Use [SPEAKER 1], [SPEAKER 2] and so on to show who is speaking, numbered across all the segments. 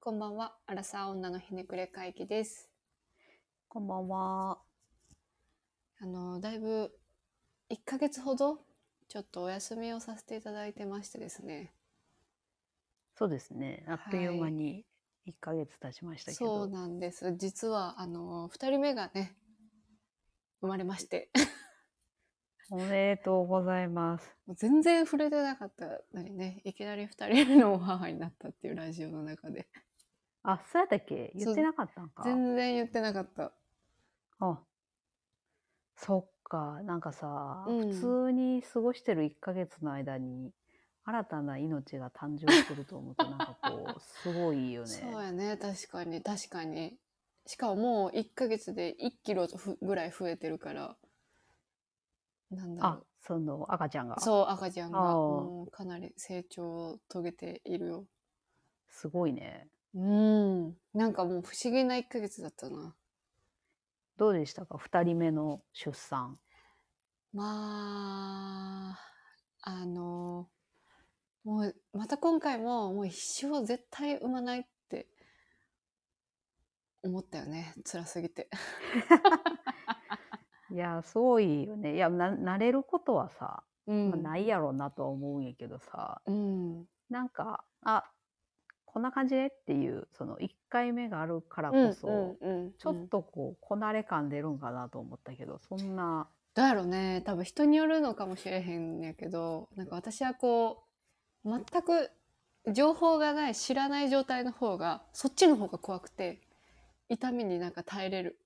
[SPEAKER 1] こんばんは、アラサー女のひねくれ会議です。
[SPEAKER 2] こんばんは。
[SPEAKER 1] あの、だいぶ1ヶ月ほどちょっとお休みをさせていただいてましてですね。
[SPEAKER 2] そうですね。あっという間に1ヶ月経ちましたけど。
[SPEAKER 1] そうなんです。実はあの2人目がね、生まれまして、
[SPEAKER 2] おめでとうございます。
[SPEAKER 1] もう全然触れてなかったのにね、いきなり2人目のお母になったっていうラジオの中で、
[SPEAKER 2] あ、そうやったっけ
[SPEAKER 1] そ
[SPEAKER 2] 言
[SPEAKER 1] う
[SPEAKER 2] ってなかったんか。
[SPEAKER 1] 全然言ってなかった。
[SPEAKER 2] あ、そっか。なんかさ、
[SPEAKER 1] うん
[SPEAKER 2] 普通に過ごしてる1ヶ月の間に、新たな命が誕生すると思うと、なんかこう、すごいよ ね。
[SPEAKER 1] そうやね、確かに確かに。しかももう1ヶ月で1キロとふぐらい増えてるから、なんだろう
[SPEAKER 2] あ。、その赤ちゃんが。
[SPEAKER 1] そう、赤ちゃんが、
[SPEAKER 2] あー
[SPEAKER 1] うん、かなり成長を遂げているよ。
[SPEAKER 2] すごいね。
[SPEAKER 1] うん。なんかもう不思議な1ヶ月だったな。
[SPEAKER 2] どうでしたか ?2 人目の出産。
[SPEAKER 1] まあ、あの、もう、また今回も、もう一生絶対産まないって思ったよね。辛すぎて。
[SPEAKER 2] いや、すごいよね。いや、な、慣れることはさ、
[SPEAKER 1] うん。
[SPEAKER 2] まあないやろうなとは思うんやけどさ、
[SPEAKER 1] うん。
[SPEAKER 2] なんかあこんな感じでっていうその1回目があるからこそ、
[SPEAKER 1] うんうんうん
[SPEAKER 2] ちょっとこうこなれ感出るんかなと思ったけどそんな
[SPEAKER 1] どうやろうね多分人によるのかもしれへんやけどなんか私はこう全く情報がない知らない状態の方がそっちの方が怖くて痛みになんか耐えれる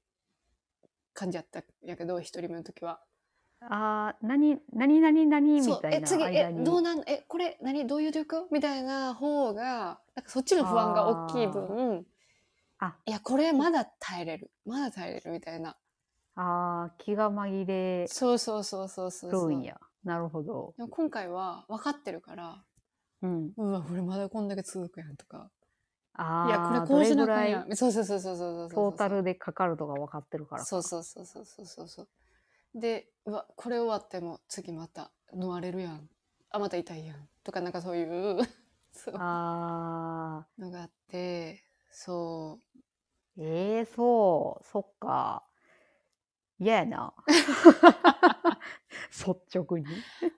[SPEAKER 1] 感じやったんやけど一人目の時は。
[SPEAKER 2] あー何何何何み
[SPEAKER 1] そう
[SPEAKER 2] た
[SPEAKER 1] え
[SPEAKER 2] いな
[SPEAKER 1] 次
[SPEAKER 2] 間
[SPEAKER 1] え
[SPEAKER 2] に
[SPEAKER 1] どうなんえこれ何どういう状況みたいな方がなんかそっちの不安が大きい分
[SPEAKER 2] あ
[SPEAKER 1] いやこれまだ耐えれるまだ耐えれるみたいな
[SPEAKER 2] あー気が紛れ
[SPEAKER 1] そうそうそうそうそう
[SPEAKER 2] る
[SPEAKER 1] そうん
[SPEAKER 2] やなるほど、
[SPEAKER 1] でも今回は分かってるから
[SPEAKER 2] うん、
[SPEAKER 1] うわ、これまだこんだけ続くやんとか。
[SPEAKER 2] あ
[SPEAKER 1] いや、これ
[SPEAKER 2] ー
[SPEAKER 1] こうしな
[SPEAKER 2] どれぐ
[SPEAKER 1] あからん
[SPEAKER 2] い
[SPEAKER 1] やん。そうそうそうそうそうそうそう。
[SPEAKER 2] トータルでかかるとか分かってるから
[SPEAKER 1] そうそうそうそうそうそうそう。で、うわ、これ終わっても次また飲まれるやん。あ、また痛いやん。とか、なんかそういう、 そう、
[SPEAKER 2] あ
[SPEAKER 1] のがあって、そ
[SPEAKER 2] ーえー、そうそっか嫌やな 率直 に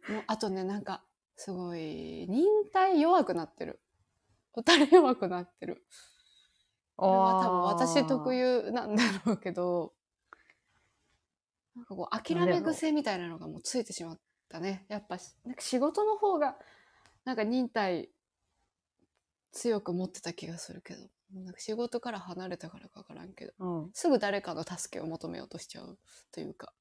[SPEAKER 1] う。もうあとね、なんか、すごい、忍耐弱くなってる。おたれ弱くなってる。これは多分私特
[SPEAKER 2] 有。
[SPEAKER 1] 有なんだろうけど、なんかこう諦め癖みたいなのがもうついてしまったね。やっぱしなんか仕事の方がなんか忍耐強く持ってた気がするけど、なんか仕事から離れたからかわからんけど、
[SPEAKER 2] うん。
[SPEAKER 1] すぐ誰かの助けを求めようとしちゃうというか。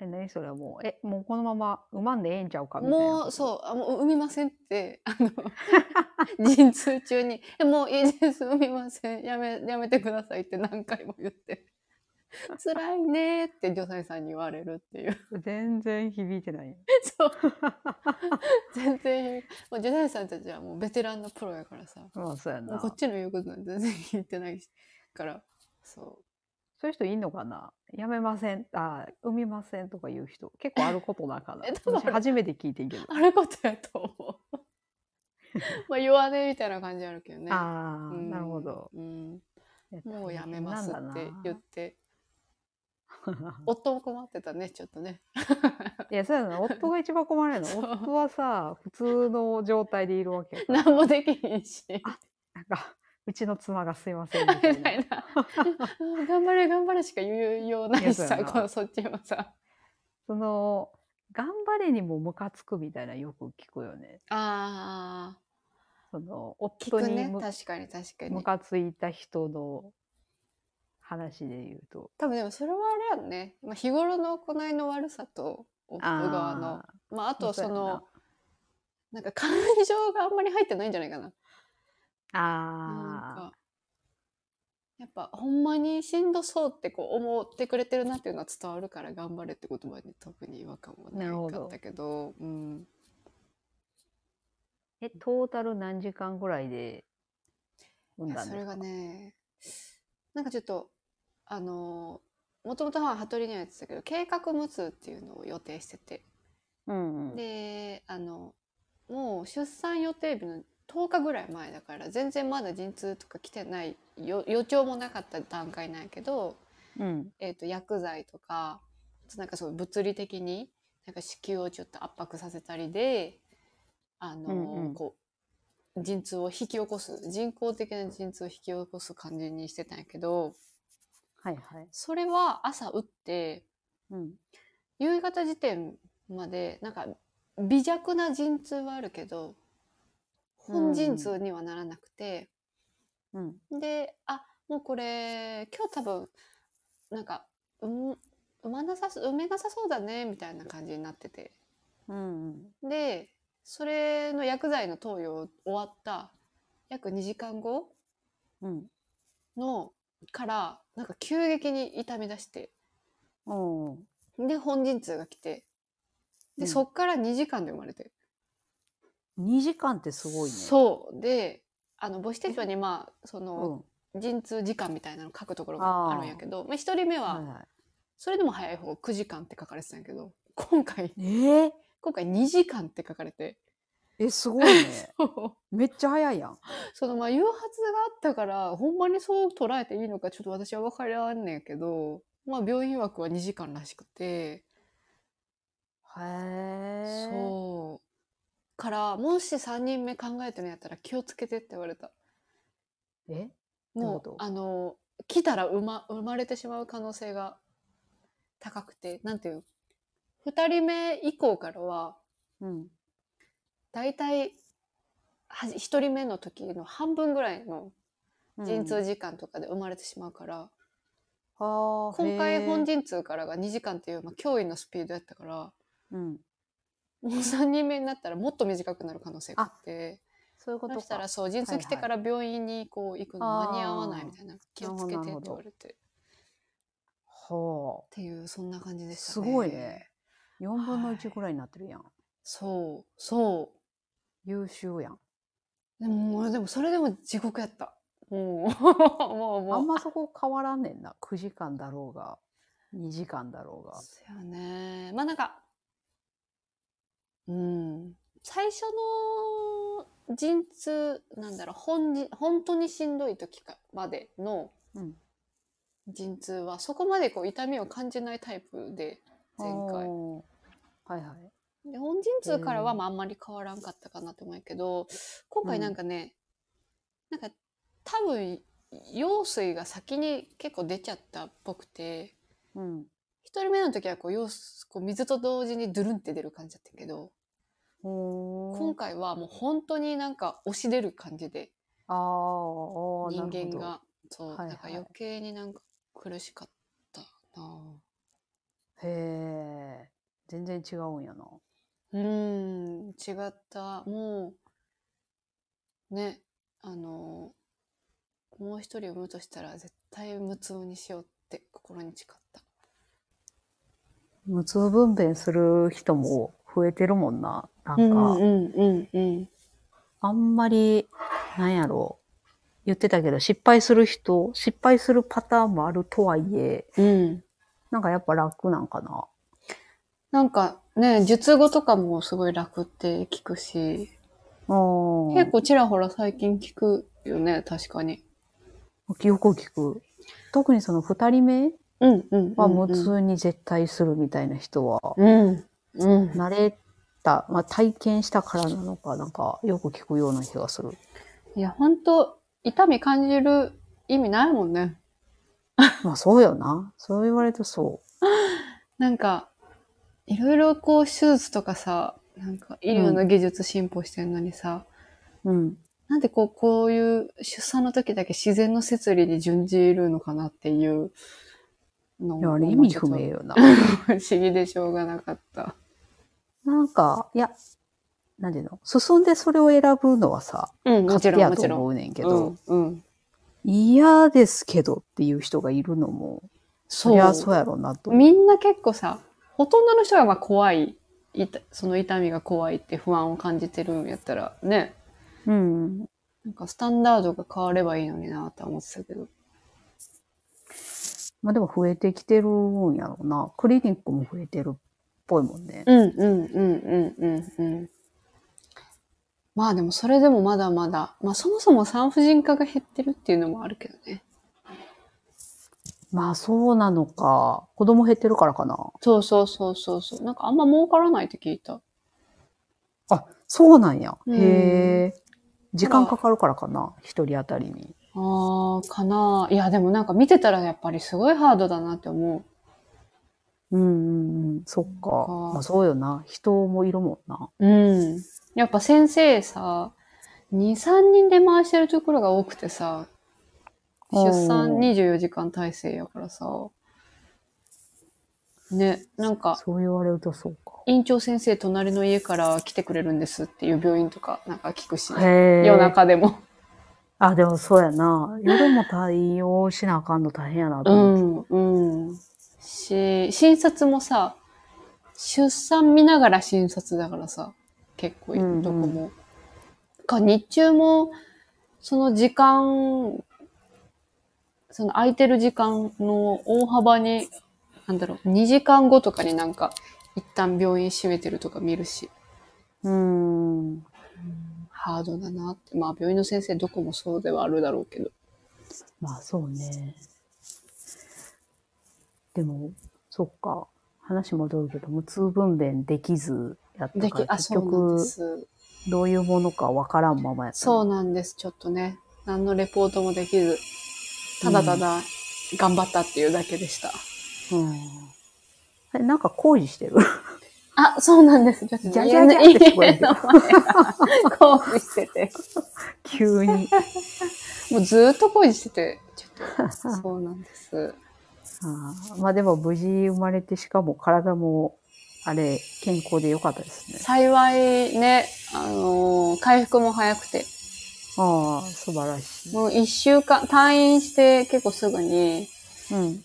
[SPEAKER 2] え、何それはもう、え、もうこのまま産まんでええんちゃうかみたいな。
[SPEAKER 1] もうそうあもう産みませんってあの陣痛中にえ「もういいです産みませんやめやめてください」って何回も言って「辛いね」って助産師さんに言われるっていう
[SPEAKER 2] う。全然響いてないよ。
[SPEAKER 1] そう全然もう助産師さんたちはもうベテランのプロやからさ
[SPEAKER 2] まあ、そうや
[SPEAKER 1] もう
[SPEAKER 2] な。
[SPEAKER 1] こ
[SPEAKER 2] そ
[SPEAKER 1] っちの言うことなんて全然聞いてないからそう
[SPEAKER 2] ういう人いんのかなやめません、あ、産みませんとか言う人。結構あることなんかな。
[SPEAKER 1] え多分
[SPEAKER 2] 私初めて聞いてんけど。
[SPEAKER 1] あることやと思 うまあ弱音みたいな感じあるけどね
[SPEAKER 2] ああ、
[SPEAKER 1] うん
[SPEAKER 2] なるほど。
[SPEAKER 1] うん
[SPEAKER 2] い
[SPEAKER 1] もうやめますって言っ。て
[SPEAKER 2] 大変なんだな
[SPEAKER 1] 夫も困ってたねちょっとね
[SPEAKER 2] いや、そうやな。夫が一番困るの。
[SPEAKER 1] そう
[SPEAKER 2] 夫はさ、普通の状態でいるわけやから。
[SPEAKER 1] 何もできひんし
[SPEAKER 2] なんか、うちの妻がすいませんみた
[SPEAKER 1] み
[SPEAKER 2] いな
[SPEAKER 1] た。いな頑張れ頑張れしか言うようないし
[SPEAKER 2] いやそう
[SPEAKER 1] さ
[SPEAKER 2] やな
[SPEAKER 1] このそっちもさ
[SPEAKER 2] その、頑張れにもムカつくみたいなよく聞くよね。
[SPEAKER 1] あ
[SPEAKER 2] その、
[SPEAKER 1] ー聞
[SPEAKER 2] 夫
[SPEAKER 1] く
[SPEAKER 2] に
[SPEAKER 1] ね
[SPEAKER 2] む,、
[SPEAKER 1] 確かに確か
[SPEAKER 2] ム
[SPEAKER 1] に
[SPEAKER 2] カついた人の話で言うと。
[SPEAKER 1] 多分でもそれはあれやんね、まあ、日頃の行いの悪さと夫側のまああ
[SPEAKER 2] あー
[SPEAKER 1] とそ
[SPEAKER 2] そうや
[SPEAKER 1] の
[SPEAKER 2] な
[SPEAKER 1] なんか感情があんまり入ってないんじゃないかななん
[SPEAKER 2] あ
[SPEAKER 1] かやっぱほんまにしんどそうってこう思ってくれてるなっていうのは伝わるから頑張れって言葉に特に違和感はな
[SPEAKER 2] なるほど
[SPEAKER 1] かったけどうん、
[SPEAKER 2] ーえ、トータル何時間ぐらいで産ん
[SPEAKER 1] いや
[SPEAKER 2] だん
[SPEAKER 1] そ
[SPEAKER 2] で
[SPEAKER 1] れ
[SPEAKER 2] すか
[SPEAKER 1] がねなんかちょっとあのもともと母は服部には言ってたけど計画無痛っていうのを予定してて
[SPEAKER 2] うんうん
[SPEAKER 1] であのもう出産予定日の10日ぐらい前だから全然まだ陣痛とか来てないよ予兆もなかった段階なんやけど、
[SPEAKER 2] うん。
[SPEAKER 1] えー、と薬剤とかなんかそう物理的になんか子宮をちょっと圧迫させたりであのー
[SPEAKER 2] うんうん
[SPEAKER 1] こう陣痛を引き起こす人工的な陣痛を引き起こす感じにしてたんやけど
[SPEAKER 2] はいはい。
[SPEAKER 1] それは朝打って
[SPEAKER 2] うん。
[SPEAKER 1] 夕方時点までなんか微弱な陣痛はあるけど本陣痛にはならなくて。
[SPEAKER 2] うん。
[SPEAKER 1] で、あ、もうこれ、今日多分、なんか、うん、産まなさそ、産めなさそうだね、みたいな感じになってて。
[SPEAKER 2] うんうん。
[SPEAKER 1] で、それの薬剤の投与終わった約2時間後
[SPEAKER 2] うん。
[SPEAKER 1] のから、なんか急激に痛み出して、
[SPEAKER 2] おー
[SPEAKER 1] で、本陣痛が来て、で、
[SPEAKER 2] うん
[SPEAKER 1] そっから2時間で生まれて。
[SPEAKER 2] 2時間ってすごいね。
[SPEAKER 1] そう。で、あの母子手帳にまあその
[SPEAKER 2] う。
[SPEAKER 1] 陣痛時間みたいなの書くところがあるんやけど、まあ、1人目
[SPEAKER 2] うん。
[SPEAKER 1] は
[SPEAKER 2] はいはい。
[SPEAKER 1] それでも早い方9時間って書かれてたんやけど今回
[SPEAKER 2] えー、
[SPEAKER 1] 今回2時間って書かれて
[SPEAKER 2] え、すごいね。
[SPEAKER 1] そ
[SPEAKER 2] めっちゃ早いやん。
[SPEAKER 1] のまあ誘発があったからほんまにそう捉えていいのかちょっと私は分からんねんけど、まあ、病院枠は2時間らしくて、
[SPEAKER 2] へえ。
[SPEAKER 1] そうからもし3人目考えてるんやったら気をつけてって言われた
[SPEAKER 2] う。えどういう
[SPEAKER 1] も
[SPEAKER 2] こ
[SPEAKER 1] う
[SPEAKER 2] と
[SPEAKER 1] あの来たら生ま生まれてしまう可能性が高くてなんていう2人目以降からは
[SPEAKER 2] うん。
[SPEAKER 1] 大体はじ一人目の時の半分ぐらいの陣痛時間とかで生まれてしまうから、
[SPEAKER 2] は
[SPEAKER 1] 今回本陣
[SPEAKER 2] 人、
[SPEAKER 1] 痛からが2時間っていう、まあ、驚異のスピードやったから
[SPEAKER 2] うん、
[SPEAKER 1] もう3人目になったらもっと短くなる可能性があって
[SPEAKER 2] そういうこと
[SPEAKER 1] そ
[SPEAKER 2] か。
[SPEAKER 1] したらそう陣痛来てから病院にこう行くの間に合わないみたいな気をつけてっ
[SPEAKER 2] な
[SPEAKER 1] て
[SPEAKER 2] るほど
[SPEAKER 1] 言われてっ
[SPEAKER 2] は
[SPEAKER 1] ていうそんな感じでした
[SPEAKER 2] す
[SPEAKER 1] ね。
[SPEAKER 2] ごいねあ、4分の
[SPEAKER 1] はい
[SPEAKER 2] 1ぐらいになってるやん。
[SPEAKER 1] そうそう
[SPEAKER 2] 優秀やん。
[SPEAKER 1] でももうでもそれでも地獄やった。もう もうもう
[SPEAKER 2] あんまそこ変わらんねんな。9時間だろうが、2時間だろうが。
[SPEAKER 1] ですよね。まあなんか、うん、最初の陣痛、なんだろう、本人本当にしんどい時かまでの
[SPEAKER 2] うん。
[SPEAKER 1] 陣痛は、そこまでこう痛みを感じないタイプで、前回。
[SPEAKER 2] おー。はいはい。
[SPEAKER 1] で本陣痛からは
[SPEAKER 2] うん
[SPEAKER 1] まああんまり変わらんかったかなと思うけど、今回なんかね、なんか多分、羊水が先に結構出ちゃったっぽくて、
[SPEAKER 2] うん。
[SPEAKER 1] 一人目の時はこう様子こう水と同時にドゥルンって出る感じだったけど、
[SPEAKER 2] ほー
[SPEAKER 1] 今回はもう本当になんか押し出る感じで
[SPEAKER 2] あーあー、
[SPEAKER 1] 人
[SPEAKER 2] なるほ
[SPEAKER 1] 間
[SPEAKER 2] ど。
[SPEAKER 1] がそう、
[SPEAKER 2] はいはい
[SPEAKER 1] なんか余計になんか苦しかったな
[SPEAKER 2] へえ。全然違うんやな。
[SPEAKER 1] ぁうーん違ったもうねあのもう一人産むとしたら絶対無痛にしようって心に誓った
[SPEAKER 2] 無痛分娩する人も増えてるもんな。なんか。
[SPEAKER 1] んうんうん
[SPEAKER 2] あんまり、なんやろう。言ってたけど、失敗する人、失敗するパターンもあるとはいえ、
[SPEAKER 1] うん
[SPEAKER 2] なんかやっぱ楽なんかな。
[SPEAKER 1] なんかね術後とかもすごい楽って聞くし
[SPEAKER 2] うん。
[SPEAKER 1] 結構ちらほら最近聞くよね、確かに。
[SPEAKER 2] よく聞く。特にその二人目
[SPEAKER 1] うんうん
[SPEAKER 2] は無痛に絶対するみたいな人は、
[SPEAKER 1] うん。うん。
[SPEAKER 2] 慣れた、まあ体験したからなのか、なんかよく聞くような気がする。
[SPEAKER 1] いや、ほんと、痛み感じる意味ないもんね。
[SPEAKER 2] まあそうよな。そう言われるとそ
[SPEAKER 1] なんか、いろいろこう、手術とかさ、なんか医療の技術進歩してんのにさ、
[SPEAKER 2] う。うん。
[SPEAKER 1] なんでこう、こういう出産の時だけ自然の摂理に準じるのかなっていうの
[SPEAKER 2] いや、あれ意
[SPEAKER 1] もう
[SPEAKER 2] 味
[SPEAKER 1] ちょっと
[SPEAKER 2] 不明よな。
[SPEAKER 1] 不思議でしょうがなかった。
[SPEAKER 2] なんか、いや、なんていうの進んでそれを選ぶのはさ、
[SPEAKER 1] うん、もち
[SPEAKER 2] 勝手
[SPEAKER 1] ろん、
[SPEAKER 2] や
[SPEAKER 1] も
[SPEAKER 2] と
[SPEAKER 1] ちろん。
[SPEAKER 2] 思うねんけど、
[SPEAKER 1] うん、うん。
[SPEAKER 2] 嫌ですけどっていう人がいるのも、そりゃそうやろうなと。
[SPEAKER 1] みんな結構さ、ほとんどの人がまあ怖い、いたその痛みが怖いって不安を感じてるんやったらね、
[SPEAKER 2] うん。
[SPEAKER 1] なんかスタンダードが変わればいいのになとは思ってたけど。
[SPEAKER 2] まあでも増えてきてるんやろうな。クリニックも増えてるっぽいもんね。
[SPEAKER 1] うんうんうんうんうんうん。まあでもそれでもまだまだ、まあそもそも産婦人科が減ってるっていうのもあるけどね。
[SPEAKER 2] まあそうなのか。子供減ってるからかな。
[SPEAKER 1] そうそうそうそうそう。なんかあんま儲からないって聞いた。
[SPEAKER 2] あ、そうなんや。
[SPEAKER 1] うん
[SPEAKER 2] へえ。時間
[SPEAKER 1] だか
[SPEAKER 2] かかるからかな。一人当たりに。
[SPEAKER 1] ああ、かなあ。いやでもなんか見てたらやっぱりすごいハードだなって思
[SPEAKER 2] うんうんうん。そっか
[SPEAKER 1] そっか。
[SPEAKER 2] まあそうよな。人もいるもんな。
[SPEAKER 1] う。うん。やっぱ先生さ、2、3人で回してるところが多くてさ、出産
[SPEAKER 2] おー
[SPEAKER 1] 24時間体制やからさ。ね、なんか、
[SPEAKER 2] そう言われるとそうか。
[SPEAKER 1] 院長先生隣の家から来てくれるんですっていう病院とかなんか聞くし、
[SPEAKER 2] へえ。
[SPEAKER 1] 夜中でも。
[SPEAKER 2] あ、でもそうやな。夜も対応しなあかんの大変やなと
[SPEAKER 1] う
[SPEAKER 2] 思って。
[SPEAKER 1] ん、うん。し、診察もさ、出産見ながら診察だからさ、結構
[SPEAKER 2] うんうん
[SPEAKER 1] どこも。か日中も、その時間、その空いてる時間の大幅に、なんだろう、2時間後とかになんか、一旦病院閉めてるとか見るし、
[SPEAKER 2] うん。
[SPEAKER 1] ハードだなって。まあ病院の先生どこもそうではあるだろうけど。
[SPEAKER 2] まあそうね。でも、そっか。話戻るけど、無痛分娩できずやった
[SPEAKER 1] で
[SPEAKER 2] か
[SPEAKER 1] き、
[SPEAKER 2] ら、
[SPEAKER 1] あ、
[SPEAKER 2] 結
[SPEAKER 1] そうなんで
[SPEAKER 2] 局、
[SPEAKER 1] す。
[SPEAKER 2] どういうものかわからんままやった。
[SPEAKER 1] そうなんです。ちょっとね、何のレポートもできず、ただただ頑張ったっていうだけでした。
[SPEAKER 2] うん。え、なんか工事してる
[SPEAKER 1] あ、そうなんです。ちょっと
[SPEAKER 2] じゃ
[SPEAKER 1] ね
[SPEAKER 2] じゃじゃって聞こえる
[SPEAKER 1] 家 の前が工事してて。
[SPEAKER 2] 急に。
[SPEAKER 1] もうずーっと工事してて、ちょっと、そうなんです。
[SPEAKER 2] あーまあでも無事生まれて、しかも体も、あれ、健康でよかったですね。
[SPEAKER 1] 幸いね、あのー回復も早くて、
[SPEAKER 2] ああ、素晴らしい。
[SPEAKER 1] もう一週間、退院して結構すぐに、
[SPEAKER 2] うん。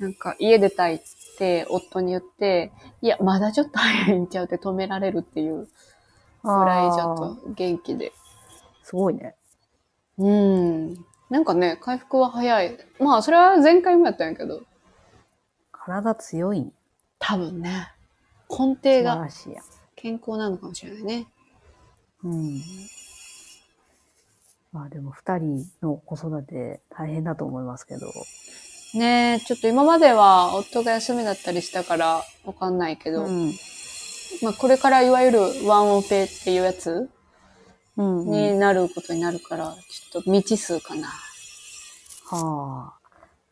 [SPEAKER 1] なんか家出たいって夫に言って、いや、まだちょっと早いんちゃうって止められるっていう
[SPEAKER 2] ぐ
[SPEAKER 1] ぐらいちょっと元気で。
[SPEAKER 2] すごいね。
[SPEAKER 1] うん。なんかね、回復は早い。まあ、それは前回もやったんやけど。
[SPEAKER 2] 体強いね。
[SPEAKER 1] 多分ね。根
[SPEAKER 2] 素
[SPEAKER 1] 底
[SPEAKER 2] 晴
[SPEAKER 1] が
[SPEAKER 2] らしいや。
[SPEAKER 1] 健康なのかもしれないね。
[SPEAKER 2] うん。まあでも二人の子育て大変だと思いますけど。
[SPEAKER 1] ねえ、ちょっと今までは夫が休みだったりしたからわかんないけど、
[SPEAKER 2] ん。
[SPEAKER 1] まあこれからいわゆるワンオペっていうやつ
[SPEAKER 2] うん、
[SPEAKER 1] になることになるから、ちょっと未知数かな。
[SPEAKER 2] はあ。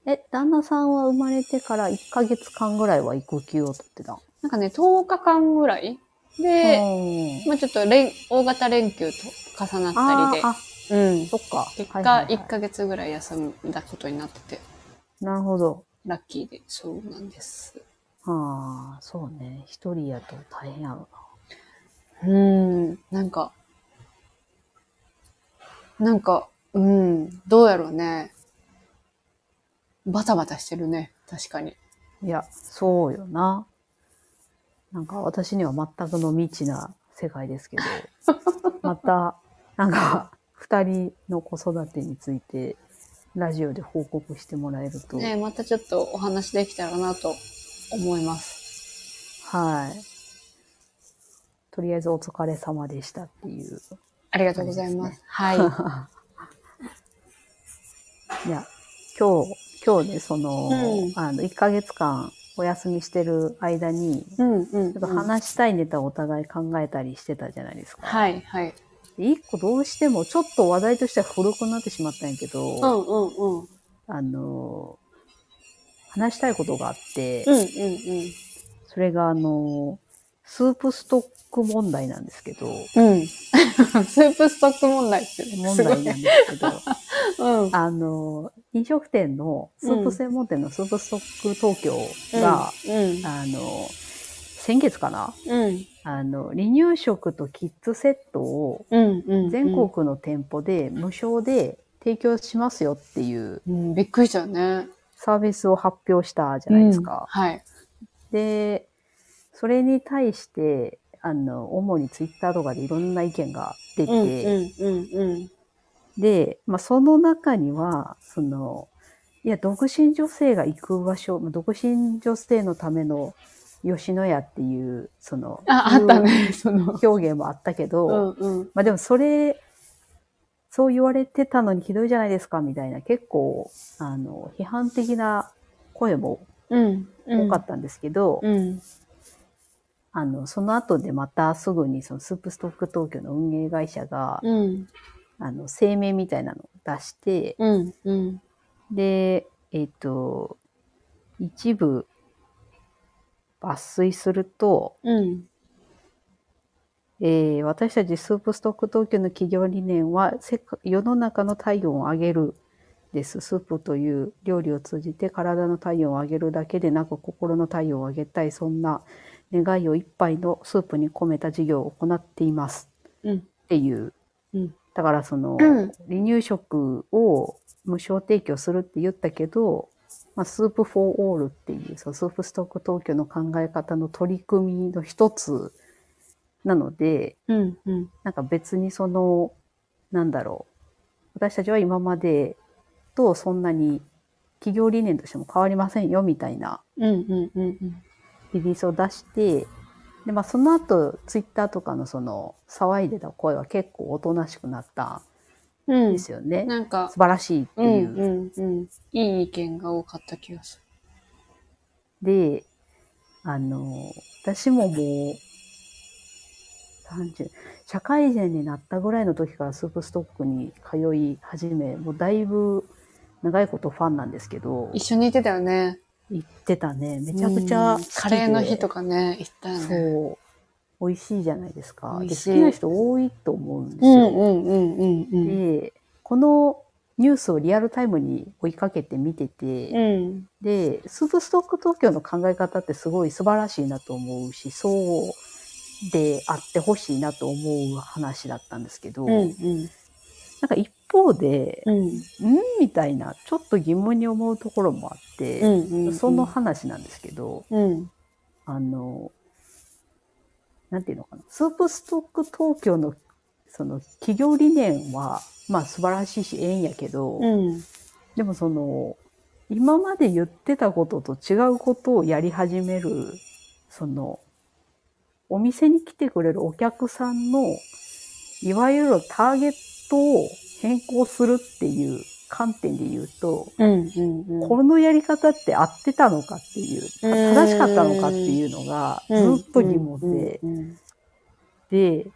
[SPEAKER 2] え、旦那さんは生まれてから1ヶ月間ぐらいは育休を取ってた。
[SPEAKER 1] なんかね、10日間ぐらいで、
[SPEAKER 2] うん
[SPEAKER 1] まあちょっと連大型連休と重な
[SPEAKER 2] あ
[SPEAKER 1] ったり
[SPEAKER 2] ーあ、
[SPEAKER 1] で、うん。
[SPEAKER 2] そっか。
[SPEAKER 1] 結
[SPEAKER 2] はいはい
[SPEAKER 1] 果
[SPEAKER 2] はい
[SPEAKER 1] 1ヶ月ぐらい休んだことになってて。
[SPEAKER 2] なるほど。
[SPEAKER 1] ラッキーで、そうなんです。
[SPEAKER 2] はあ、そうね。一人やと大変やろ
[SPEAKER 1] うん、なんか、なんか、うん、どうやろうね。バタバタしてるね、確かに。
[SPEAKER 2] な。いや、そうよな。なんか私には全くの未知な世界です けど。また、なんか、二人の子育てについて、ラジオで報告してもらえると、
[SPEAKER 1] ねまたちょっとお話できたらなと思います。
[SPEAKER 2] はい。とりあえずお疲れ様でしたっていう。
[SPEAKER 1] ありがとうございます。 はい。
[SPEAKER 2] いや、今日、今日ね、その、
[SPEAKER 1] うん
[SPEAKER 2] あの、1ヶ月間お休みしてる間に、
[SPEAKER 1] うんうん、
[SPEAKER 2] ちょっと話したいネタをお互い考えたりしてたじゃないですか。
[SPEAKER 1] はい、はい。
[SPEAKER 2] で一個どうしても、ちょっと話題としては古くなってしまったんやけど、
[SPEAKER 1] うんうんうん。うん
[SPEAKER 2] あの、話したいことがあって、
[SPEAKER 1] うんうん。
[SPEAKER 2] それがあの、スープストック問題なんですけど、
[SPEAKER 1] うん。 スープストック問題っていうの
[SPEAKER 2] 問
[SPEAKER 1] すごい
[SPEAKER 2] 題な
[SPEAKER 1] ね。
[SPEAKER 2] んですけど、
[SPEAKER 1] うん。
[SPEAKER 2] あの、飲食店の、スープ専門店のスープストック東京が、
[SPEAKER 1] うん。
[SPEAKER 2] あの、先月かな
[SPEAKER 1] うん。
[SPEAKER 2] あの、離乳食とキッズセットを
[SPEAKER 1] うんうん。
[SPEAKER 2] 全国の店舗で無償で提供しますよっていう
[SPEAKER 1] うん、びっくりしたよね。
[SPEAKER 2] サービスを発表したじゃないですか。
[SPEAKER 1] うんはい。
[SPEAKER 2] で、それに対して、あの、主にツイッターとかでいろんな意見が出て、
[SPEAKER 1] うんうんうん
[SPEAKER 2] で、まあ、その中には、その、いや、独身女性が行く場所、まあ独身女性のための吉野家っていう、その、
[SPEAKER 1] あ、あったね、その。
[SPEAKER 2] 表現もあったけど、
[SPEAKER 1] うんうん。
[SPEAKER 2] まあでもそれ、そう言われてたのにひどいじゃないですか、みたいな、結構、あの、批判的な声も
[SPEAKER 1] うん。
[SPEAKER 2] 多かったんですけど、
[SPEAKER 1] うん。
[SPEAKER 2] あの、その後でまたすぐに、そのスープストック東京の運営会社が、
[SPEAKER 1] うん。
[SPEAKER 2] あの、声明みたいなのを出して、
[SPEAKER 1] うん。うん。
[SPEAKER 2] で、えっ、と、一部抜粋すると、
[SPEAKER 1] うん。
[SPEAKER 2] えー私たちスープストック東京の企業理念は世界世の中の体温を上げるです。スープという料理を通じて体の体温を上げるだけでなく心の体温を上げたいそんな願いを一杯のスープに込めた事業を行っています
[SPEAKER 1] うん。
[SPEAKER 2] っていう、
[SPEAKER 1] うん
[SPEAKER 2] だからその、
[SPEAKER 1] うん
[SPEAKER 2] 離乳食を無償提供するって言ったけど、まあ、スープフォーオールっていうそうスープストック東京の考え方の取り組みの一つなので、
[SPEAKER 1] うん。うん。
[SPEAKER 2] なんか別にその、なんだろう。私たちは今までとそんなに企業理念としても変わりませんよみたいな
[SPEAKER 1] うん。うん。うん。
[SPEAKER 2] リリースを出して、で、まあその後、ツイッターとかのその騒いでた声は結構おとなしくなった
[SPEAKER 1] うんん
[SPEAKER 2] で。すよね。
[SPEAKER 1] なんか
[SPEAKER 2] 素、晴らしいって
[SPEAKER 1] う
[SPEAKER 2] い
[SPEAKER 1] ん
[SPEAKER 2] う。
[SPEAKER 1] うんうん。いい意見が多かった気がす
[SPEAKER 2] で、あの、私ももう、30社会人になったぐらいの時からスープストックに通い始め、もうだいぶ長いことファンなんですけど
[SPEAKER 1] る。、一緒に行ってたよね。
[SPEAKER 2] 行ってたね。めちゃくち
[SPEAKER 1] う
[SPEAKER 2] ゃ好
[SPEAKER 1] ん
[SPEAKER 2] きで。
[SPEAKER 1] カレーの日と
[SPEAKER 2] か、
[SPEAKER 1] かね、行ったよね。
[SPEAKER 2] そう。美味しいじゃないですか。
[SPEAKER 1] 美
[SPEAKER 2] で
[SPEAKER 1] 味
[SPEAKER 2] 好
[SPEAKER 1] し
[SPEAKER 2] き
[SPEAKER 1] い
[SPEAKER 2] な人多いと思うんです
[SPEAKER 1] うん
[SPEAKER 2] よ。
[SPEAKER 1] うんうんうんうん。
[SPEAKER 2] で、このニュースをリアルタイムに追いかけて見てて、
[SPEAKER 1] うん。
[SPEAKER 2] で、スープストック東京の考え方ってすごい素晴らしいなと思うし、そうであってほしいなと思う話だったんですけど、
[SPEAKER 1] うんう
[SPEAKER 2] なん
[SPEAKER 1] ん
[SPEAKER 2] か一方で、
[SPEAKER 1] うん
[SPEAKER 2] んみたいな、ちょっと疑問に思うところもあっ
[SPEAKER 1] う
[SPEAKER 2] て、
[SPEAKER 1] んうん。
[SPEAKER 2] その話なんですけど、
[SPEAKER 1] うん
[SPEAKER 2] あの、なんていうのかな、スープストック東京のその企業理念は、まあ素晴らしいし、ええんやけど、
[SPEAKER 1] うん
[SPEAKER 2] でもその、今まで言ってたことと違うことをやり始める、その、お店に来てくれるお客さんの、いわゆるターゲットを変更するっていう観点で言うと、
[SPEAKER 1] うんうんうん。
[SPEAKER 2] このやり方って合ってたのかっていう、
[SPEAKER 1] うん
[SPEAKER 2] 正しかったのかっていうのが
[SPEAKER 1] うん
[SPEAKER 2] ずっと疑問で、
[SPEAKER 1] うんうん
[SPEAKER 2] で、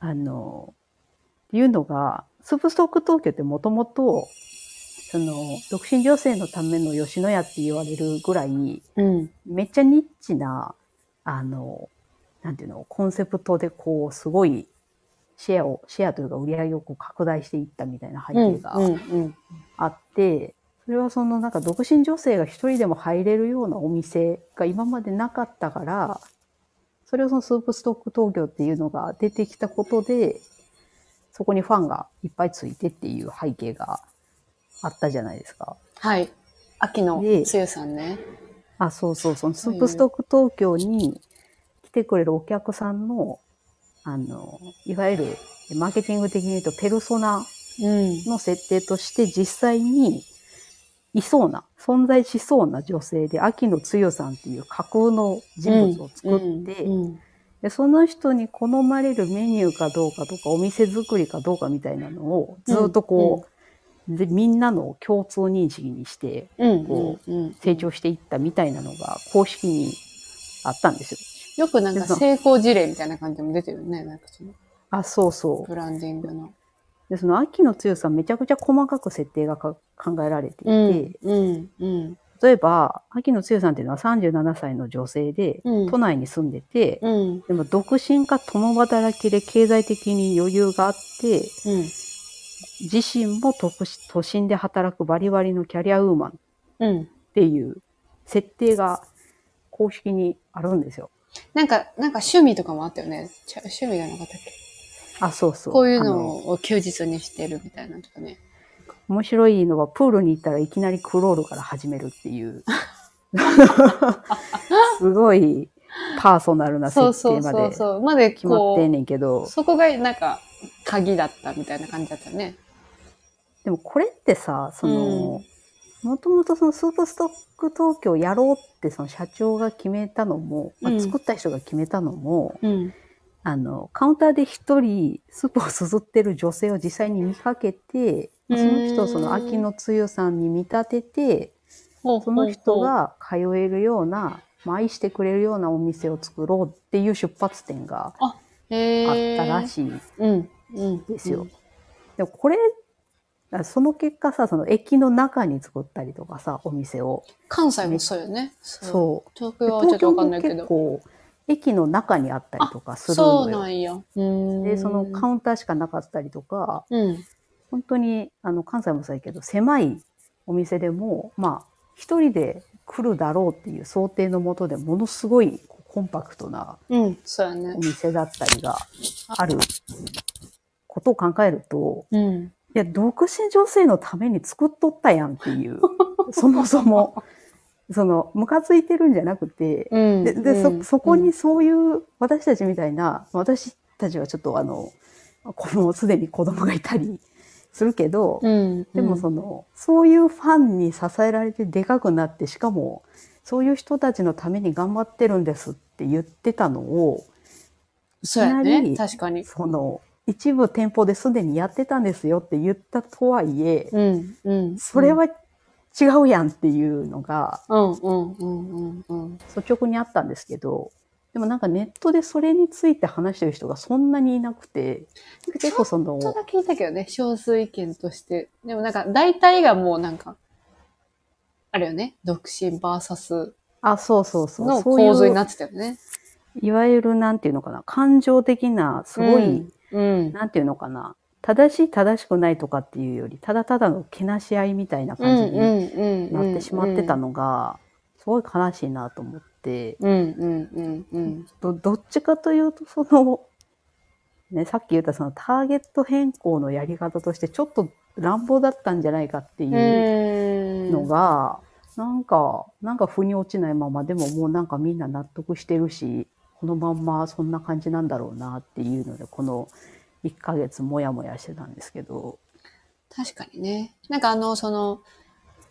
[SPEAKER 2] あの、いうのが、スープストック東京ってもともと、その、独身女性のための吉野家って言われるぐらい、
[SPEAKER 1] うん
[SPEAKER 2] めっちゃニッチな、あの、なんていうの、コンセプトでこう、すごい、シェアを、シェアというか売り上げをこう拡大していったみたいな背
[SPEAKER 1] う
[SPEAKER 2] 景
[SPEAKER 1] ん
[SPEAKER 2] が
[SPEAKER 1] うんうん
[SPEAKER 2] あって、それはそのなんか独身女性が一人でも入れるようなお店が今までなかったから、それをそのスープストック東京っていうのが出てきたことで、そこにファンがいっぱいついてっていう背景があったじゃないですか。
[SPEAKER 1] はい。秋の
[SPEAKER 2] で
[SPEAKER 1] つゆさんね。
[SPEAKER 2] あ、そうそう、そのスープストック東京に来てくれるお客さんの、あの、いわゆるマーケティング的に言うとペルソナ
[SPEAKER 1] うん
[SPEAKER 2] の設定として実際にいそうな、存在しそうな女性で、秋野強さんっていう架空の人物を作って、
[SPEAKER 1] うん
[SPEAKER 2] で、その人に好まれるメニューかどうかとか、お店作りかどうかみたいなのをずっとこう、でみんなの共通認識にして
[SPEAKER 1] うん
[SPEAKER 2] こ
[SPEAKER 1] うんうん
[SPEAKER 2] 成長していったみたいなのが公式にあったんですよ。
[SPEAKER 1] よくなんか成功事例みたいな感じも出てるね。なんかその
[SPEAKER 2] あ、そうそう。
[SPEAKER 1] ブランディングの。
[SPEAKER 2] で、その秋野強さんめちゃくちゃ細かく設定がか考えられていて、
[SPEAKER 1] うんうんうん
[SPEAKER 2] 例えば、秋野剛さんっていうのは37歳の女性で、
[SPEAKER 1] うん
[SPEAKER 2] 都内に住んでて、
[SPEAKER 1] うん
[SPEAKER 2] でも独身か共働きで経済的に余裕があって、
[SPEAKER 1] うん
[SPEAKER 2] 自身も都市都心で働くバリバリのキャリアウーマンっ
[SPEAKER 1] うん。
[SPEAKER 2] ていう設定が公式にあるんですよ。
[SPEAKER 1] なんか、なんか趣味とかもあったよね。ちゃ趣味じゃなかったっけ
[SPEAKER 2] あ、そうそう。
[SPEAKER 1] こういう
[SPEAKER 2] あの。
[SPEAKER 1] のを休日にしてるみたいなのとかね。
[SPEAKER 2] 面白いのは、プールに行ったらいきなりクロールから始めるって いう。すごいパーソナルな
[SPEAKER 1] そう
[SPEAKER 2] 設
[SPEAKER 1] そ
[SPEAKER 2] 定
[SPEAKER 1] う
[SPEAKER 2] ま
[SPEAKER 1] そう
[SPEAKER 2] で
[SPEAKER 1] そう。まで
[SPEAKER 2] 決まってん
[SPEAKER 1] こ
[SPEAKER 2] ねんけど
[SPEAKER 1] う、。そこがなんか鍵だったみたいな感じだったよね。
[SPEAKER 2] でもこれってさ、その、
[SPEAKER 1] うん
[SPEAKER 2] もともとそのスーパーストック東京やろうってその社長が決めたのも、まあ
[SPEAKER 1] うん
[SPEAKER 2] 作った人が決めたのも、
[SPEAKER 1] うん。
[SPEAKER 2] あの、カウンターで一人スープをすすってる女性を実際に見かけて、まあその人をその秋の露さんに見立てて、
[SPEAKER 1] ほう
[SPEAKER 2] その
[SPEAKER 1] ほう
[SPEAKER 2] 人
[SPEAKER 1] ほう、
[SPEAKER 2] が通えるような、まあ愛してくれるようなお店を作ろうっていう出発点があ
[SPEAKER 1] あ
[SPEAKER 2] ったらしい。
[SPEAKER 1] うん。うん。
[SPEAKER 2] ですよでもこれ、あその結果さ、その駅の中に作ったりとかさ、お店を。
[SPEAKER 1] 関西もそうよね。う。
[SPEAKER 2] そう。
[SPEAKER 1] 東
[SPEAKER 2] で
[SPEAKER 1] 京はちょ
[SPEAKER 2] 東
[SPEAKER 1] っと
[SPEAKER 2] 京
[SPEAKER 1] わかん
[SPEAKER 2] も
[SPEAKER 1] ないけ
[SPEAKER 2] 結
[SPEAKER 1] ど。
[SPEAKER 2] 構、駅の中にあったりとかする
[SPEAKER 1] そ
[SPEAKER 2] の
[SPEAKER 1] う
[SPEAKER 2] よ
[SPEAKER 1] な。んや。うん。
[SPEAKER 2] で、そのカウンターしかなかったりとか、
[SPEAKER 1] うん。
[SPEAKER 2] 本当に、あの、関西もそうやけど、狭いお店でも、まあ、一人で来るだろうっていう想定のもとでものすごいこうコンパクトな
[SPEAKER 1] うん。そうやね
[SPEAKER 2] お。店だったりがあることを考えると、
[SPEAKER 1] うん。
[SPEAKER 2] いや、独身女性のために作っとったやんっ ていう、そもそも、その、ムカついてるんじゃなくて、
[SPEAKER 1] うん。
[SPEAKER 2] で、で
[SPEAKER 1] う
[SPEAKER 2] そ、
[SPEAKER 1] ん
[SPEAKER 2] そこに、そういう私たちみたいな、私たちはちょっとあの、子供、すでに子供がいたりするけど、
[SPEAKER 1] うん。
[SPEAKER 2] でもその、そういうファンに支えられてでかくなって、しかも、そういう人たちのために頑張ってるんですって言ってたのを、
[SPEAKER 1] そうや
[SPEAKER 2] いきな
[SPEAKER 1] ね。
[SPEAKER 2] り
[SPEAKER 1] 確かに。
[SPEAKER 2] その、一部店舗ですでにやってたんですよって言ったとはいえ、
[SPEAKER 1] うん。うん。
[SPEAKER 2] それは違うやんっていうのが
[SPEAKER 1] うん、うん、うん、うん、うん。
[SPEAKER 2] 率直にあったんですけど、でもなんかネットでそれについて話してる人がそんなにいなくて、結構その
[SPEAKER 1] ちょ、っとだけ聞いたけどね、少数意見として。でもなんか、大体がもうなんか、あれよね、独身 VS
[SPEAKER 2] あ、そうそうそう、
[SPEAKER 1] の
[SPEAKER 2] そういう
[SPEAKER 1] 構図になってたよね。
[SPEAKER 2] いわゆるなんていうのかな、感情的な、すごい、
[SPEAKER 1] うん。
[SPEAKER 2] なんていうのかな、正しい正しくないとかっていうより、ただただのけなし合いみたい
[SPEAKER 1] う
[SPEAKER 2] な
[SPEAKER 1] ん、
[SPEAKER 2] 感じ
[SPEAKER 1] う
[SPEAKER 2] に
[SPEAKER 1] ん、うん。
[SPEAKER 2] なってしまってた。のが、すごい悲しいなと思って、
[SPEAKER 1] うん、うん、うん、うん。
[SPEAKER 2] どどっちかというとその、ね、さっき言ったそのターゲット変更のやり方としてちょっと乱暴だったんじゃないかっていう
[SPEAKER 1] う
[SPEAKER 2] のが、なんかなんか腑に落ちないままでももうなんかみんな納得してるしこのまんまそんな感じなんだろうなっていうのでこの1ヶ月モヤモヤしてたんですけど。
[SPEAKER 1] 確かにね。なんかあの、その、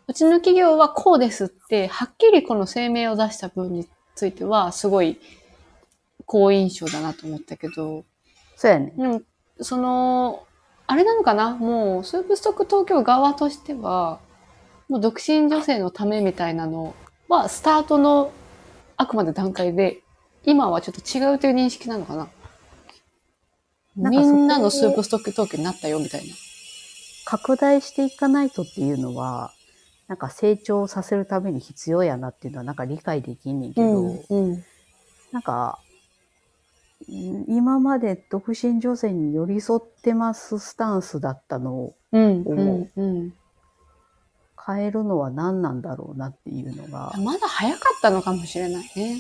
[SPEAKER 1] うちの企業はこうですって、はっきりこの声明を出した分については、すごい好印象だなと思ったけど、
[SPEAKER 2] そうやね。
[SPEAKER 1] でも、その、あれなのかなもう、スープストック東京側としては、もう独身女性のためみたいなのは、スタートのあくまで段階で、今はちょっと違うという認識なのかな
[SPEAKER 2] なんか
[SPEAKER 1] み
[SPEAKER 2] そこ
[SPEAKER 1] んなのスープストック東京になったよ、みたいな。
[SPEAKER 2] 拡大していかないとっていうのは、なんか成長させるために必要やなっていうのはなんか理解できんねんけど、
[SPEAKER 1] うん。
[SPEAKER 2] なんか、ん今まで独身女性に寄り添ってますスタンスだったのを
[SPEAKER 1] うん。う
[SPEAKER 2] 思
[SPEAKER 1] ん。うん。
[SPEAKER 2] 変えるのは何なんだろうなっていうのが、
[SPEAKER 1] まだ早かったのかもしれないね。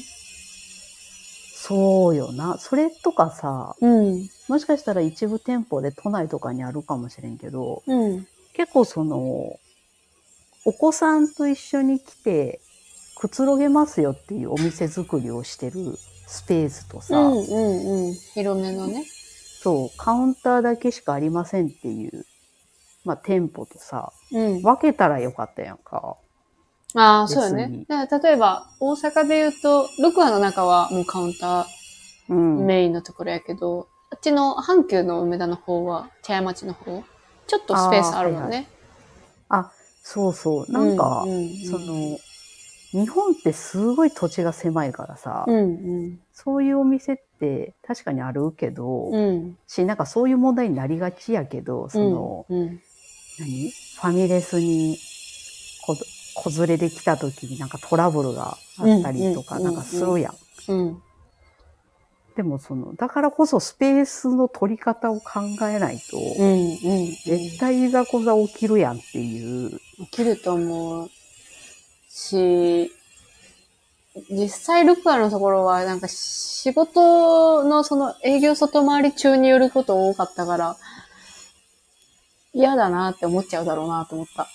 [SPEAKER 2] そうよな。それとかさ、
[SPEAKER 1] うん。
[SPEAKER 2] もしかしたら一部店舗で都内とかにあるかもしれんけど、
[SPEAKER 1] うん。
[SPEAKER 2] 結構その、お子さんと一緒に来て、くつろげますよっていうお店作りをしてるスペースと
[SPEAKER 1] う
[SPEAKER 2] さ、
[SPEAKER 1] んうんうん。広めのね。
[SPEAKER 2] そう、カウンターだけしかありませんっていう、まあ店舗とさ、
[SPEAKER 1] うん。
[SPEAKER 2] 分けたらよかったやんか。
[SPEAKER 1] ああ、そうよ
[SPEAKER 2] 別
[SPEAKER 1] ね
[SPEAKER 2] に。
[SPEAKER 1] だから例えば、大阪で言うと、ルクアの中はもうカウンタ
[SPEAKER 2] うん
[SPEAKER 1] ーメインのところやけど、あっちの阪急の梅田の方は、茶屋町の方、ちょっとスペースあるもんね。
[SPEAKER 2] そうそう。なんか、
[SPEAKER 1] ううん
[SPEAKER 2] そ、の、日本ってすごい土地が狭いからさ、
[SPEAKER 1] うんうん。
[SPEAKER 2] そういうお店って確かにあるけど、
[SPEAKER 1] うん。
[SPEAKER 2] し、なんかそういう問題になりがちやけど、その、
[SPEAKER 1] うん。
[SPEAKER 2] 何ファミレスにこ子連れで来た時になんかトラブルがあったりとか、
[SPEAKER 1] うん
[SPEAKER 2] なんかするやん。
[SPEAKER 1] うん。
[SPEAKER 2] でもその、だからこそスペースの取り方を考えないと、
[SPEAKER 1] うん。うん。
[SPEAKER 2] 絶対いざこざ起きるやんっていう。
[SPEAKER 1] 起きると思うし、実際ルクアのところはなんか仕事のその営業外回り中によること多かったから、嫌だなって思っちゃうだろうなと思った。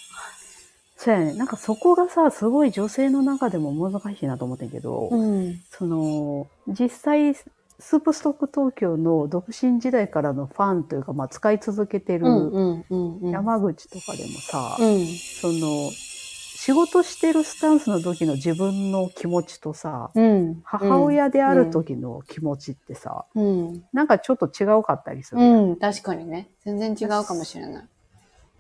[SPEAKER 2] そうやね。なんかそこがさ、すごい女性の中でも難しいなと思ってんけど、
[SPEAKER 1] ん。
[SPEAKER 2] その、実際、スープストック東京の独身時代からのファンというか、まあ使い続けて
[SPEAKER 1] うん
[SPEAKER 2] る
[SPEAKER 1] うんうんうん。
[SPEAKER 2] 山口とかでもさ、
[SPEAKER 1] うん。
[SPEAKER 2] その、仕事してるスタンスの時の自分の気持ちとさ、
[SPEAKER 1] うん。
[SPEAKER 2] 母親である時の気持ちってさ、
[SPEAKER 1] うん。
[SPEAKER 2] なんかちょっと違うかったりする
[SPEAKER 1] う
[SPEAKER 2] やん。
[SPEAKER 1] ん。うん。確かにね。全然違うかもしれない。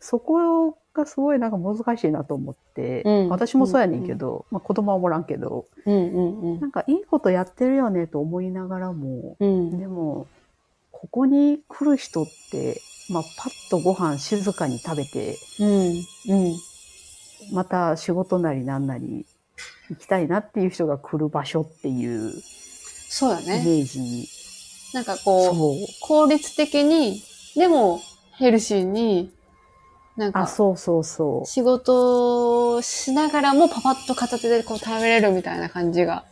[SPEAKER 2] そこがすごいなんか難しいなと思って、
[SPEAKER 1] うん
[SPEAKER 2] 私もそうやねんけど、まあ、子供はもらんけど、
[SPEAKER 1] うんうん
[SPEAKER 2] なんかいいことやってるよねと思いながらも、
[SPEAKER 1] うん。うん。
[SPEAKER 2] でも、ここに来る人って、まあ、パッとご飯静かに食べて、
[SPEAKER 1] うん。うん。
[SPEAKER 2] また仕事なりなんなり行きたいなっていう人が来る場所っていう
[SPEAKER 1] そうだ
[SPEAKER 2] イメ
[SPEAKER 1] ね。
[SPEAKER 2] ージ。
[SPEAKER 1] なんかこう、
[SPEAKER 2] そう。
[SPEAKER 1] 効率的に、でもヘルシーに、なん
[SPEAKER 2] あ、
[SPEAKER 1] か
[SPEAKER 2] そうそうそう。
[SPEAKER 1] 仕事をしながらもパパッと片手でこう食べれるみたいな感じが、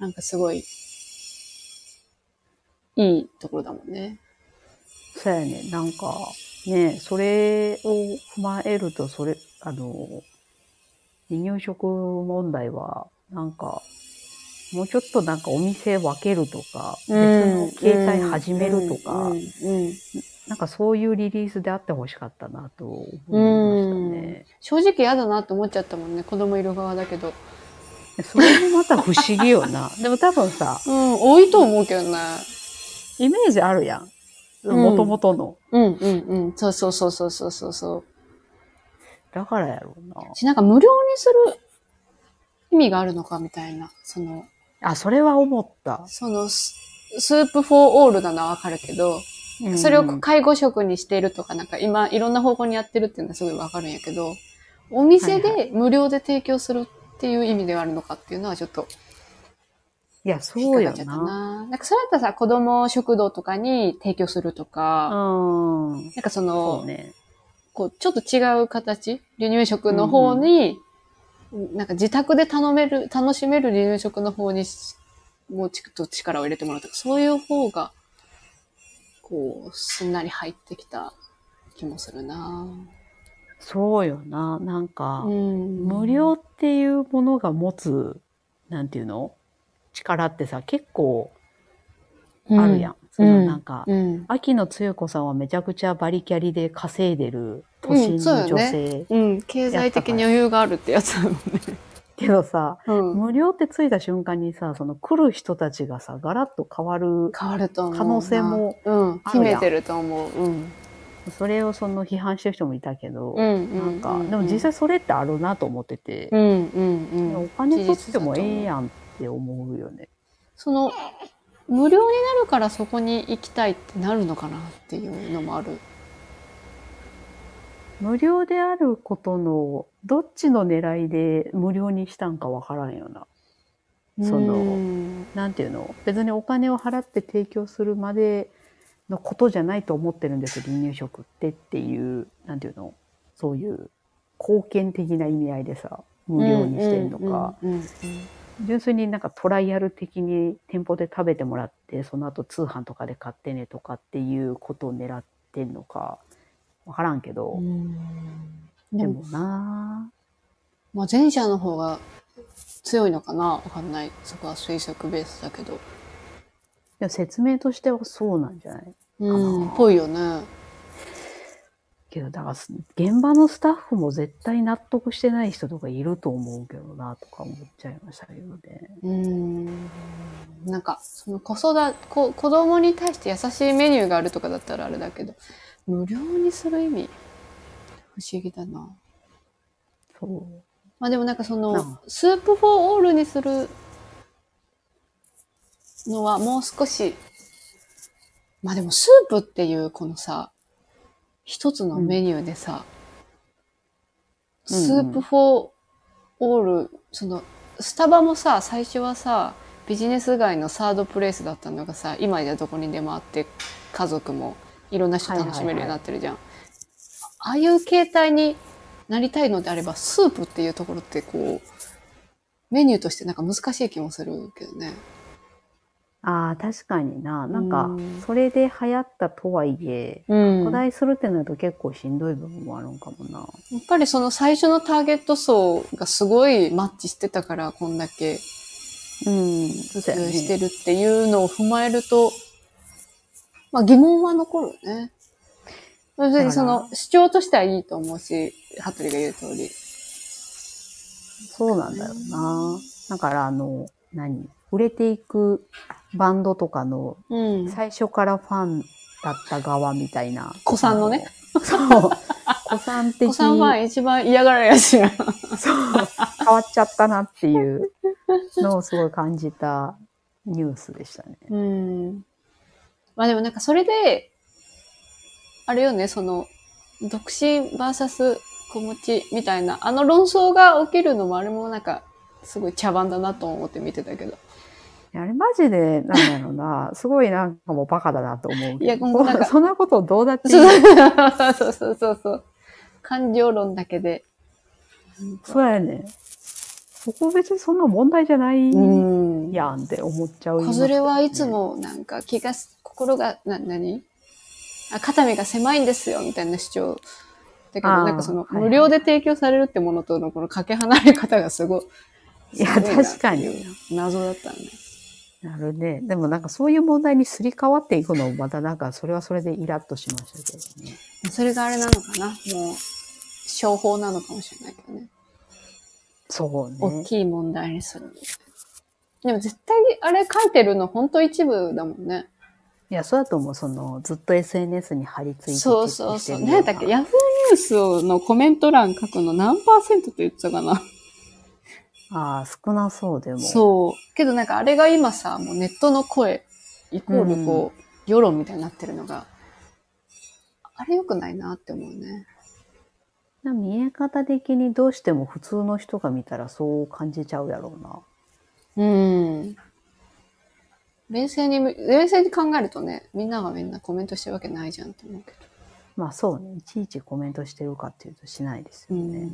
[SPEAKER 1] なんかすごい、いいところだもんね。
[SPEAKER 2] そうやね。なんか、ね、それを踏まえると、それ、あの、離乳食問題は、なんか、もうちょっとなんかお店分けるとか、別の携帯始めるとか、
[SPEAKER 1] うんうんうん
[SPEAKER 2] なんかそういうリリースであってほしかったなと思いましたね。
[SPEAKER 1] 正直嫌だなって思っちゃったもんね。子供いる側だけど。
[SPEAKER 2] それもまた不思議 よな。でも多分さ、
[SPEAKER 1] うん、多いと思うけどね。
[SPEAKER 2] イメージあるやん。
[SPEAKER 1] うん
[SPEAKER 2] もともとの。
[SPEAKER 1] うんうんうん。そうそうそうそうそうそうそう。
[SPEAKER 2] だからやろうな。
[SPEAKER 1] し、なんか無料にする意味があるのかみたいな。その、
[SPEAKER 2] あ、それは思った。
[SPEAKER 1] そのス、スープフォーオールなのはわかるけど、それをこう介護食にしているとか、なんか今いろんな方向にやってるっていうのはすごいわかるんやけど、お店
[SPEAKER 2] は
[SPEAKER 1] で無料で提供するっていう意味ではあるのかっていうのはちょっと
[SPEAKER 2] いや、
[SPEAKER 1] 引っ
[SPEAKER 2] そう
[SPEAKER 1] かか
[SPEAKER 2] よ
[SPEAKER 1] っちゃったな。
[SPEAKER 2] な。
[SPEAKER 1] なんかそれだったらさ、子供食堂とかに提供するとか、
[SPEAKER 2] うん。
[SPEAKER 1] なんかそ
[SPEAKER 2] そ
[SPEAKER 1] の、
[SPEAKER 2] うね。
[SPEAKER 1] こう、ちょっと違う形、離乳食の方に、なんか自宅で頼める、楽しめる離乳食の方にし、もうちょっと力を入れてもらうとか、そういう方が、こう、すんなり入ってきた気もするな
[SPEAKER 2] そうよな。なんか、
[SPEAKER 1] うん。
[SPEAKER 2] 無料っていうものが持つ、なんていうの力ってさ、結構あるやん。そのなんか、
[SPEAKER 1] うん。
[SPEAKER 2] 秋野つゆ子さんはめちゃくちゃバリキャリで稼いでる都心
[SPEAKER 1] そう
[SPEAKER 2] の
[SPEAKER 1] よ
[SPEAKER 2] 女
[SPEAKER 1] ね
[SPEAKER 2] 性。
[SPEAKER 1] うん。経済的に余裕があるってやつだもんね。
[SPEAKER 2] けどさ、
[SPEAKER 1] うん。
[SPEAKER 2] 無料ってついた瞬間にさ、その来る人たちがさ、ガラッと変わる、
[SPEAKER 1] 変わると思うな。
[SPEAKER 2] 可能性も、
[SPEAKER 1] うん。
[SPEAKER 2] あ
[SPEAKER 1] 秘
[SPEAKER 2] るやん
[SPEAKER 1] めてると思う。うん。
[SPEAKER 2] それをその批判してる人もいたけど、
[SPEAKER 1] うん。
[SPEAKER 2] なんか、
[SPEAKER 1] う
[SPEAKER 2] でも実際それってあるなと思ってて、
[SPEAKER 1] うんうんうん。
[SPEAKER 2] お金取ってもええやんって思うよね。
[SPEAKER 1] その無料になるからそこに行きたいってなるのかなっていうのもある。
[SPEAKER 2] 無料であることの、どっちの狙いで無料にしたんかわからんよな。その
[SPEAKER 1] うん
[SPEAKER 2] なんていうの別にお金を払って提供するまでのことじゃないと思ってるんですよ、離乳食ってっていう、なんていうのそういう貢献的な意味合いでさ、無料にしてんのか、
[SPEAKER 1] うんうんうん
[SPEAKER 2] 純粋になんかトライアル的に店舗で食べてもらって、その後通販とかで買ってねとかっていうことを狙ってんのか、わからんけど、
[SPEAKER 1] うん
[SPEAKER 2] で
[SPEAKER 1] で
[SPEAKER 2] も
[SPEAKER 1] も、
[SPEAKER 2] な
[SPEAKER 1] まあ、前者の方が強いのかなわかんない。そこは推測ベースだけど。
[SPEAKER 2] ぁでも説明としてはそうなんじゃない
[SPEAKER 1] うん、ぽいよね。
[SPEAKER 2] けど、だからす、現場のスタッフも絶対納得してない人とかいると思うけどな、とか思っちゃいましたけどね。
[SPEAKER 1] うん。なんか、その子育て、こ子供に対して優しいメニューがあるとかだったらあれだけど、無料にする意味、不思議だな。
[SPEAKER 2] そ
[SPEAKER 1] まあでもなんかそ
[SPEAKER 2] うん
[SPEAKER 1] の、スープフォーオールにするのはもう少し、まあでもスープっていうこのさ、一つのメニューでさ、
[SPEAKER 2] うん
[SPEAKER 1] スープフォーオール、その、スタバもさ、最初はさ、ビジネス街のサードプレイスだったのがさ、今やどこにでもあって、家族もいろんな人楽しめるようになってるじゃん。ああいう形態になりたいのであれば、スープっていうところってこう、メニューとしてなんか難しい気もするけどね。
[SPEAKER 2] う。ああ、確かにな。なんか
[SPEAKER 1] うん、
[SPEAKER 2] それで流行ったとはいえ、
[SPEAKER 1] うん
[SPEAKER 2] 古代するってなると結構しんどい部分もあるんかもな。
[SPEAKER 1] やっぱりその最初のターゲット層がすごいマッチしてたから、こんだけ
[SPEAKER 2] うん。
[SPEAKER 1] 普及
[SPEAKER 2] 普
[SPEAKER 1] してるっていうのを踏まえると、まあ疑問は残るよね。別にそ
[SPEAKER 2] だ
[SPEAKER 1] の主張としてはいいと思うし、服部が言う通り。
[SPEAKER 2] そうなんだよな。だから、あの、何売れていくバンドとかの
[SPEAKER 1] うん。
[SPEAKER 2] 最初からファンだった側みたいな。
[SPEAKER 1] 子さんのね
[SPEAKER 2] あの。そう。子さん的
[SPEAKER 1] 子さんは一番嫌がられやしや。
[SPEAKER 2] そう。変わっちゃったなっていうのをすごい感じたニュースでしたね。
[SPEAKER 1] うん。まあでもなんかそれで、あれよね、その、独身 VS 子持ちみたいな、あの論争が起きるのもあれもなんか、すごい茶番だなと思って見てたけど。
[SPEAKER 2] いやあれマジで、なんだろうな、すごいなんかもうバカだなと思うけど。
[SPEAKER 1] いやほんとなんか
[SPEAKER 2] そそんなことをどうだっていい
[SPEAKER 1] そ
[SPEAKER 2] の
[SPEAKER 1] うそうそうそうそう。感情論だけで。
[SPEAKER 2] そうやね。そこ別にそんな問題じゃない
[SPEAKER 1] ん
[SPEAKER 2] やんって思っちゃう。
[SPEAKER 1] 子連れはいつ。もなんか気がす、心が、な、なにあ、肩身が狭いんですよ、みたいな主張。だけど、
[SPEAKER 2] あー
[SPEAKER 1] なんかその、
[SPEAKER 2] はいはい
[SPEAKER 1] 無料で提供されるってものとのこのかけ離れ方がすごい。
[SPEAKER 2] いや
[SPEAKER 1] すごな
[SPEAKER 2] 確かに。
[SPEAKER 1] 謎だったね。
[SPEAKER 2] なるね。でもなんかそういう問題にすり替わっていくのもまたなんかそれはそれでイラッとしましたけどね。
[SPEAKER 1] それがあれなのかなもう、商法なのかもしれないけどね。
[SPEAKER 2] そう
[SPEAKER 1] 大
[SPEAKER 2] ね。
[SPEAKER 1] きい問題にするみたいな。でも絶対、あれ書いてるの本当一部だもんね。
[SPEAKER 2] いや、そうだともうそのずっと SNS に貼り付いてチェ
[SPEAKER 1] そう
[SPEAKER 2] ッ
[SPEAKER 1] そう
[SPEAKER 2] クして
[SPEAKER 1] そう。
[SPEAKER 2] る
[SPEAKER 1] 何や
[SPEAKER 2] よう
[SPEAKER 1] ったっけヤフーニュースをのコメント欄書くの何パーセントって言ってたかな
[SPEAKER 2] ああ、少なそうでも。
[SPEAKER 1] そう。けどなんかあれが今さ、もうネットの声、イコールこう、世論みたいになってるのが、あれ良くないなって思うね。
[SPEAKER 2] 見え方的にどうしても普通の人が見たらそう感じちゃうやろう
[SPEAKER 1] う
[SPEAKER 2] な。
[SPEAKER 1] ん。冷静に、冷静に考えるとね、みんながみんなコメントしてるわけないじゃんって思うけど。
[SPEAKER 2] まあそうね。いちいちコメントしてるかっていうとしないですよね。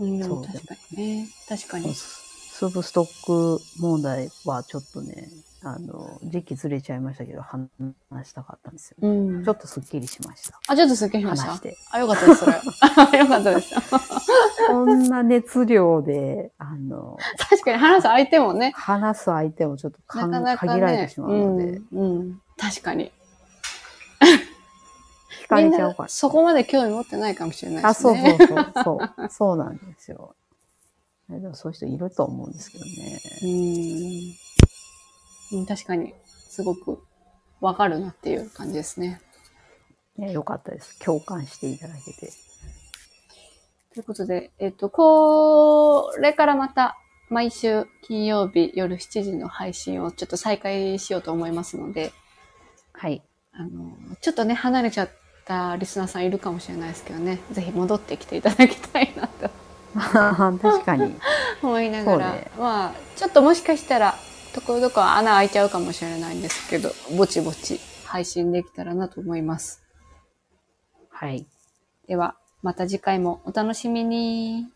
[SPEAKER 1] うん、でも
[SPEAKER 2] そう
[SPEAKER 1] 確かにね。確かに。
[SPEAKER 2] スープストック問題はちょっとね、あの、時期ずれちゃいましたけど、話したかったんですよ。
[SPEAKER 1] うん
[SPEAKER 2] ちょ。っとすっきりしました。
[SPEAKER 1] あ、ちょっとすっきりしまし。
[SPEAKER 2] 話したて。
[SPEAKER 1] あ、よかったです、それ。 あよかったです。
[SPEAKER 2] こんな熱量で、あの、
[SPEAKER 1] 確かに話す相手もね、
[SPEAKER 2] 話す相手もちょっと
[SPEAKER 1] な
[SPEAKER 2] か
[SPEAKER 1] んかなかね。
[SPEAKER 2] 限られてしまうので、
[SPEAKER 1] うん、うん。確かに。
[SPEAKER 2] 聞かれちゃう
[SPEAKER 1] みん
[SPEAKER 2] か
[SPEAKER 1] なそこまで興味持ってないかもしれないし、ね。
[SPEAKER 2] ら。あ、そうそうそう、そう、そうなんですよ。でもそういう人いると思うんですけどね。
[SPEAKER 1] うんうん。確かに、すごくわかるなっていう感じですね。
[SPEAKER 2] ねよかったです。共感していただけて。
[SPEAKER 1] ということで、えっ、と、これからまた毎週金曜日夜7時の配信をちょっと再開しようと思いますので、
[SPEAKER 2] はい。
[SPEAKER 1] あの、ちょっとね、離れちゃったリスナーさんいるかもしれないですけどね、ぜひ戻ってきていただきたいなと
[SPEAKER 2] 確かに。
[SPEAKER 1] 思いながら、
[SPEAKER 2] そうね
[SPEAKER 1] まあ、ちょっともしかしたら、ところどころ穴開いちゃうかもしれないんですけど、ぼちぼち配信できたらなと思います。
[SPEAKER 2] はい。
[SPEAKER 1] では、また次回もお楽しみに。